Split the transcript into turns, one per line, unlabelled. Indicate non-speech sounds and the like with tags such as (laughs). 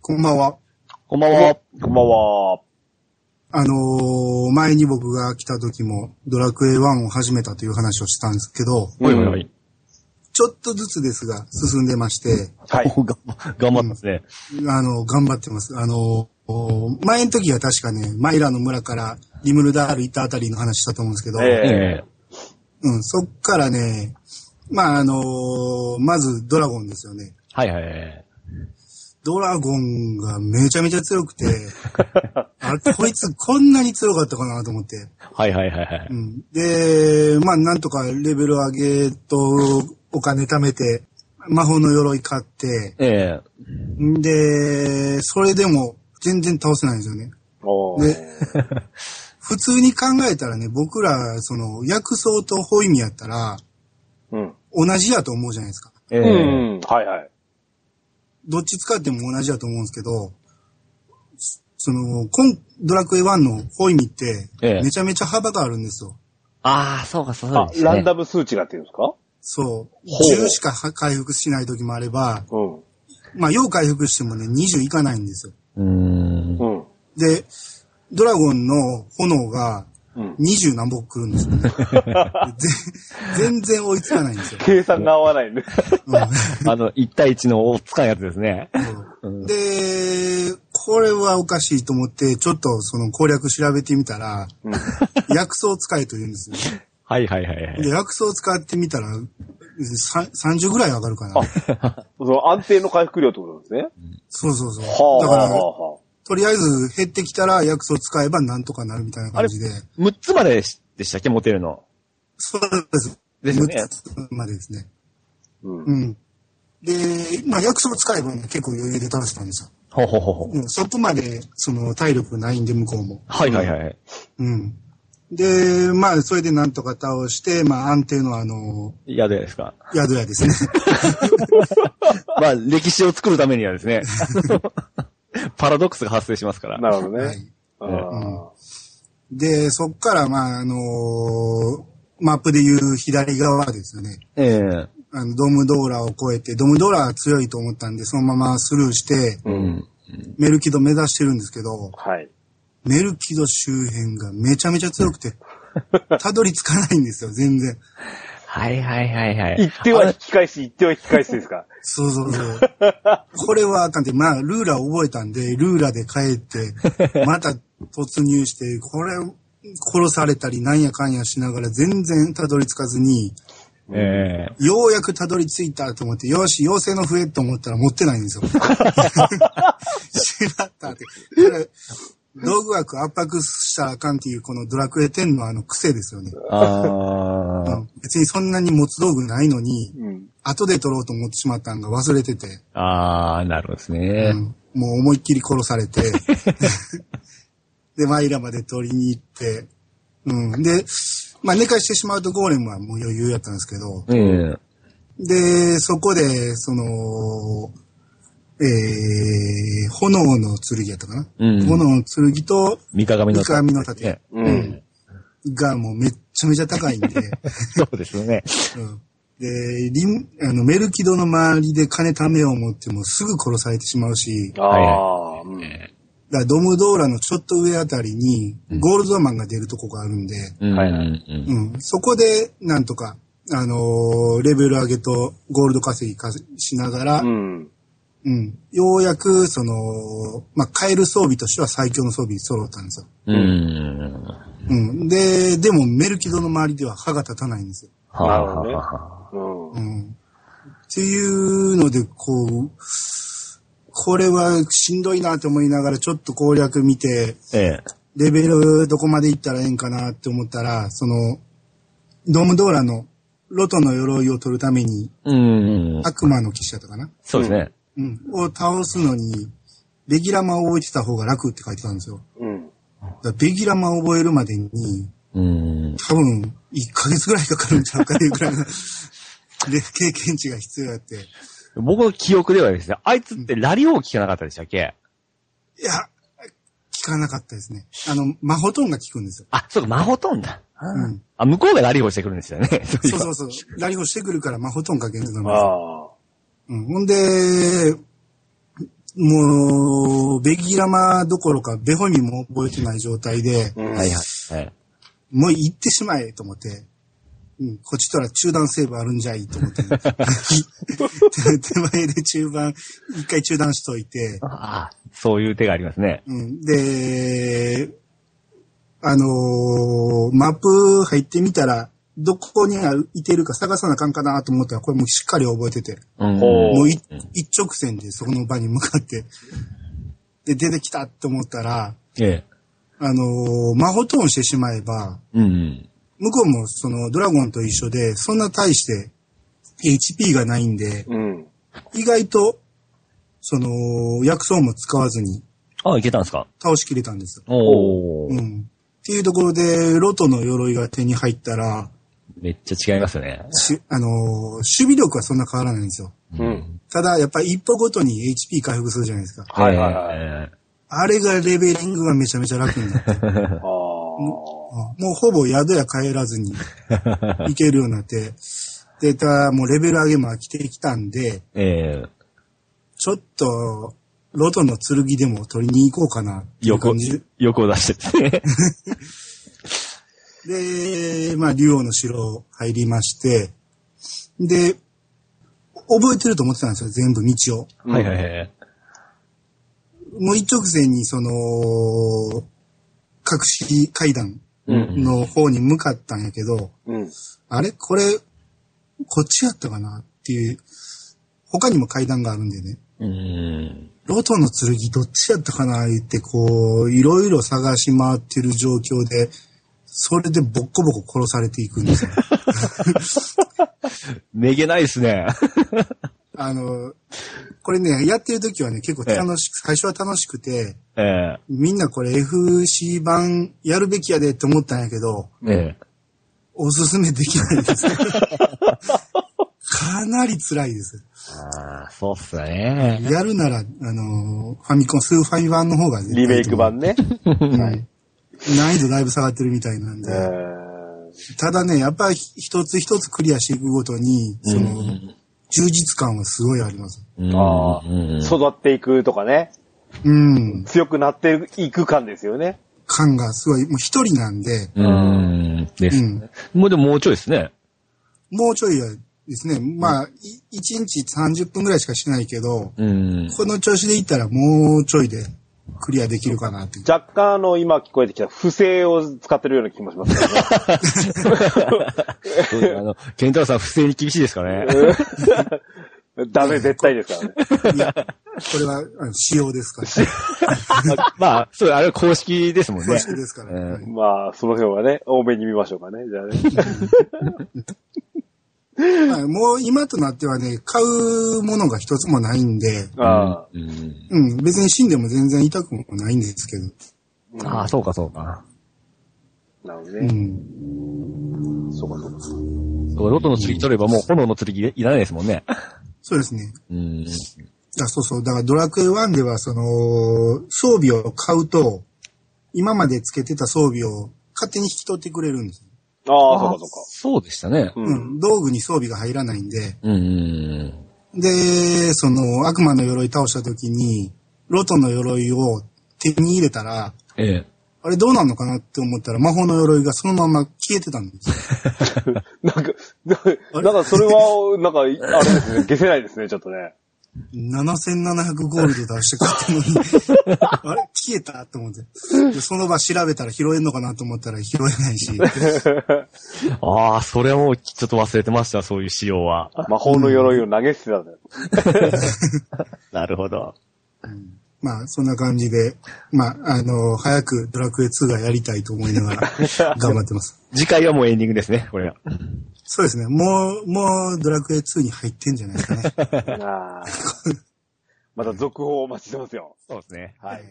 こんばんは。
こんばんは。こんばんは。
あのー前に僕が来た時もドラクエ1を始めたという話をしたんですけど、
はいはいはい。
ちょっとずつですが進んでまして、
はい。頑張頑張ってますね。
あの、頑張ってます。あのー前の時は確かね、マイラの村からリムルダール行ったあたりの話したと思うんですけど、
ええ
うん、そっからね、まあ、あのーまずドラゴンですよね。
はいはいはい。
ドラゴンがめちゃめちゃ強く
(laughs)
て、あ、こいつこんなに強かったかなと思って。
はいはいはいはい。
うんで、まあ、なんとかレベル上げとお金貯めて、魔法の鎧買って、
ええ
んで、それでも全然倒せないんですよね。
おー
普通に考えたらね、僕ら、その、薬草とホイミやったら、
うん。
同じやと思うじゃないですか。
ええ
うん。はいはい。
どっち使っても同じやと思うんですけど、その、今、ドラクエ1のホイミって、
ええ
めちゃめちゃ幅があるんですよ。
ああ、そうかそう
あ
で、すね。
ランダム数値がっていうんですか
そう。
ほう
10しか回復しない時もあれば、
うん。
まあ、よう回復してもね、20いかないんですよ。
うーん。
うん。
で、ドラゴンの炎が
うん。
20何本来るんです
(laughs)
よね。ぜ全然追いつかないんですよ。
計算が合
(laughs)
わないね。
う
あの、1対1の大使いやつですね。
んで、これはおかしいと思って、ちょっとその攻略調べてみたら、
うん。
薬草使いと言うんですよね。
はいはいはいは
で
い。
薬草使ってみたら、さ30ぐらい上がるかな
あ。その安定の回復量ってことですね。
そうそうそう。
はあ、
だか
はあ、
ら、
は
とりあえず減ってきたら薬草使えばなんとかなるみたいな感じで。
6つまででしたっけ持てるの。
そうです。
ですね
6つまでですね。
あ。うん。
うん。で、まあ、薬草使えばね、結構余裕で倒したんですよ。
ほうほうほうほう。
うん、そこまで、その、体力ないんで、向こうも。
はいはいはい。
うん。で、まあ、それでなんとか倒して、まあ、安定のあの、
嫌ですか。
宿屋ですね。 (laughs)
まあ、歴史を作るためにはですね。 (laughs) パラドックスが発生しますから。
なるほどね。
はい。
あ
ん
ー
で、そっから、まあ、あのマップでいう左側ですよね。
ええ
あの、ドムドーラを越えて、ドムドーラは強いと思ったんで、そのままスルーして、
うん。
メルキド目指してるんですけど、
はい。
メルキド周辺がめちゃめちゃ強くて、たどり着かないんですよ、全然。
はいはいはいはい。
言っては引き返し、言っては引き返しですか。
そうそうそう。これはあかんって、まあ、ルーラー覚えたんで、ルーラーで帰って、また突入して、これ、殺されたりなんやかんやしながら全然たどり着かずに、
ええ
ようやくたどり着いたと思って、よし、妖精の笛と思ったら持ってないんですよ。 (laughs) しまったって。これ道具枠圧迫したらあかんっていう、このドラクエ10のあの癖ですよね。
あ
う
あ。
ん別にそんなに持つ道具ないのに、
うん。
後で取ろうと思ってしまったんが忘れてて、
ああ、なるほどですね
う。んもう思いっきり殺されて、 (laughs) で、マイラまで取りに行って、うん。で、まあ、寝かしてしまうとゴーレムはもう余裕やったんですけど、
ええ
で、そこで、その、えー、炎の剣やったかな、
うん
炎の剣と、
三鏡の
三
盾
上の盾
ね
うん。
がもうめっちゃめちゃ高いんで、
そうですよね。
うんで、リン、あの、メルキドの周りで金貯めよう思ってもすぐ殺されてしまうし、だか
ああ、うん。
らドムドーラのちょっと上あたりに、ゴールドマンが出るとこがあるんで、
うん
はいはい
うん
うん、そこで、なんとか、あのーレベル上げとゴールド稼ぎかしながら、
うん。
うん。ようやく、その、まあ、買える装備としては最強の装備揃ったんですよ。
うん。
うん。で、でもメルキドの周りでは歯が立たないんですよ。
はあ
なるほどね
はあは
うん。
うん。っていうので、こう、これはしんどいなと思いながら、ちょっと攻略見て、
あえ
レベルどこまで行ったらええんかなって思ったら、その、ドームドーラのロトの鎧を取るために、
え。うん。
悪魔の騎士だったかな
そうですね。
うん。を倒すのに、ベギラマを置いてた方が楽って書いてたんですよ。
うん。
だからベギラマを覚えるまでに、
うん。
多分、1ヶ月ぐらいかかるんちゃうかっていうくらいの、で、 (laughs) 経験値が必要やって。い
僕の記憶ではですね、あいつってラリオを聞かなかったでしたっけ
や、聞かなかったですね。あの、マホトンが聞くんですよ。
あ、そうか、マホトンだ。
うん。
あ、向こうがラリオしてくるんですよね。 (laughs)
そうそううそう。ラリホしてくるからマホトンかけんとダメです
ああ。
うん。ほんで、もう、ベギラマどころか、ベホミも覚えてない状態で、
うん
はいはい。はい。
もう行ってしまえと思って、うん、こっちとら中断セーブあるんじゃいと (laughs) 思って、手前で中盤、一回中断しといて、
ああ、そういう手がありますね。
うん、で、あのーマップ入ってみたら、どこにあるいてるか探さなあかんかなと思ったら、これもうしっかり覚えてて、
うん。
ほ
もうい
うん
一直線でそこの場に向かって、で、出てきたと思ったら、
ええ。
あのー魔法トーンしてしまえば、
うんうん。
向こうもそのドラゴンと一緒で、そんな大して HP がないんで、
うん。
意外と、その、薬草も使わずに
ああ、いけたんですか
倒しきれたんです。
おお、
うん。っていうところで、ロトの鎧が手に入ったら、
めっちゃ違いますよね。
しあのー守備力はそんな変わらないんですよ。
うん。
ただ、やっぱり一歩ごとに HP 回復するじゃないですか。
はいはいはい。
い。
あれがレベリングがめちゃめちゃ楽になって、
ああ。
もうほぼ宿や帰らずに行けるようになって、で、ただもうレベル上げも飽きてきたんで、
ええ
ちょっと、ロトの剣でも取りに行こうかなっていう
横
感じで、
横を出してですね。
で、まあ、竜王の城入りまして、で、覚えてると思ってたんですよ、全部道を。
(laughs) はいはいはい。
もう一直線に、その、隠し階段
うん。
の方に向かったんやけど、
うん。
あれこれ、こっちやったかなっていう、他にも階段があるんでね。
うん。
ロトの剣どっちやったかな言って、こう、いろいろ探し回ってる状況で、それでボッコボコ殺されていくんですよ。
めげないですね。 (laughs)
あの、これね、やってる時はね、結構楽しく、最初は楽しくて、
ええ
みんなこれ FC 版やるべきやでって思ったんやけど、
ええ
おすすめできない
(laughs)
です。かなり辛いです。
ああ、そうっすよね。
やるなら、あのーファミコン、スーファミ版の方が絶対
リメイク版ね。
はい。難易度だいぶ下がってるみたいなん
え
で。
ー
ただね、やっぱり一つ一つクリアしていくごとに、その、充実感はすごいあります。
あ
うんうんうん
あ、育っていくとかね。
うん。
強くなっていく感ですよね。
感がすごい、もう一人なんで、
うん。で
う
す。
ん。
もうでももうちょいですね。
もうちょいはですね、まあ、い一日30分ぐらいしかしないけど、
うん。
この調子でいったらもうちょいでクリアできるかなっていう。
若干あの、今聞こえてきた不正を使ってるような気もしますけどね。
そうあ (laughs) の、ケンタロウさん不正に厳しいですか (laughs) ね。
(laughs) ダメ絶対ですからね。
いや、これは、あの仕様ですから。
まあ、そう、あれは公式ですもんね。
公式ですから
うん
はい
まあ、その辺はね、多めに見ましょうかね。じゃあね。
はいもう今となってはね、買うものが一つもないんで、
あ
うん
うん、別に死んでも全然痛くもないんですけど、
ああ、そうかそうか。
あ、なるほど
う
ね。
ん。
そうかそうか。
そうロトの剣取ればもう炎の剣いらないですもんね。
そうですね。
うん。
あそうそう。だからドラクエ1では、その、装備を買うと、今までつけてた装備を勝手に引き取ってくれるんです。
ああ、そうかそう
そうでしたね。
か。
う
うん
ん。道具に装備が入らないんで、
うん。
で、その、悪魔の鎧倒した時に、ロトの鎧を手に入れたら、
ええ。
あれどうなんのかなって思ったら、魔法の鎧がそのまま消えてたんですよ。
なんか、ななんかそれは、なんか、あれですね、消せないですね、ちょっとね。
7700ゴールド出して買ったのに、あれ消えたと思って。でその場調べたら拾えんのかなと思ったら拾えないし、
ああ、それはもうちょっと忘れてました、そういう仕様は。
魔法の鎧を投げ捨てたん (laughs) だよ。
なるほど。
まあそんな感じで、まああの、早くドラクエ2がやりたいと思いながら頑張ってます。
次回はもうエンディングですね、これが。
そうですね、もう、もうドラクエ2に入ってんじゃないですかね。
ああ。また続報をお待ちしてますよ。
そうですね。
(laughs) はい。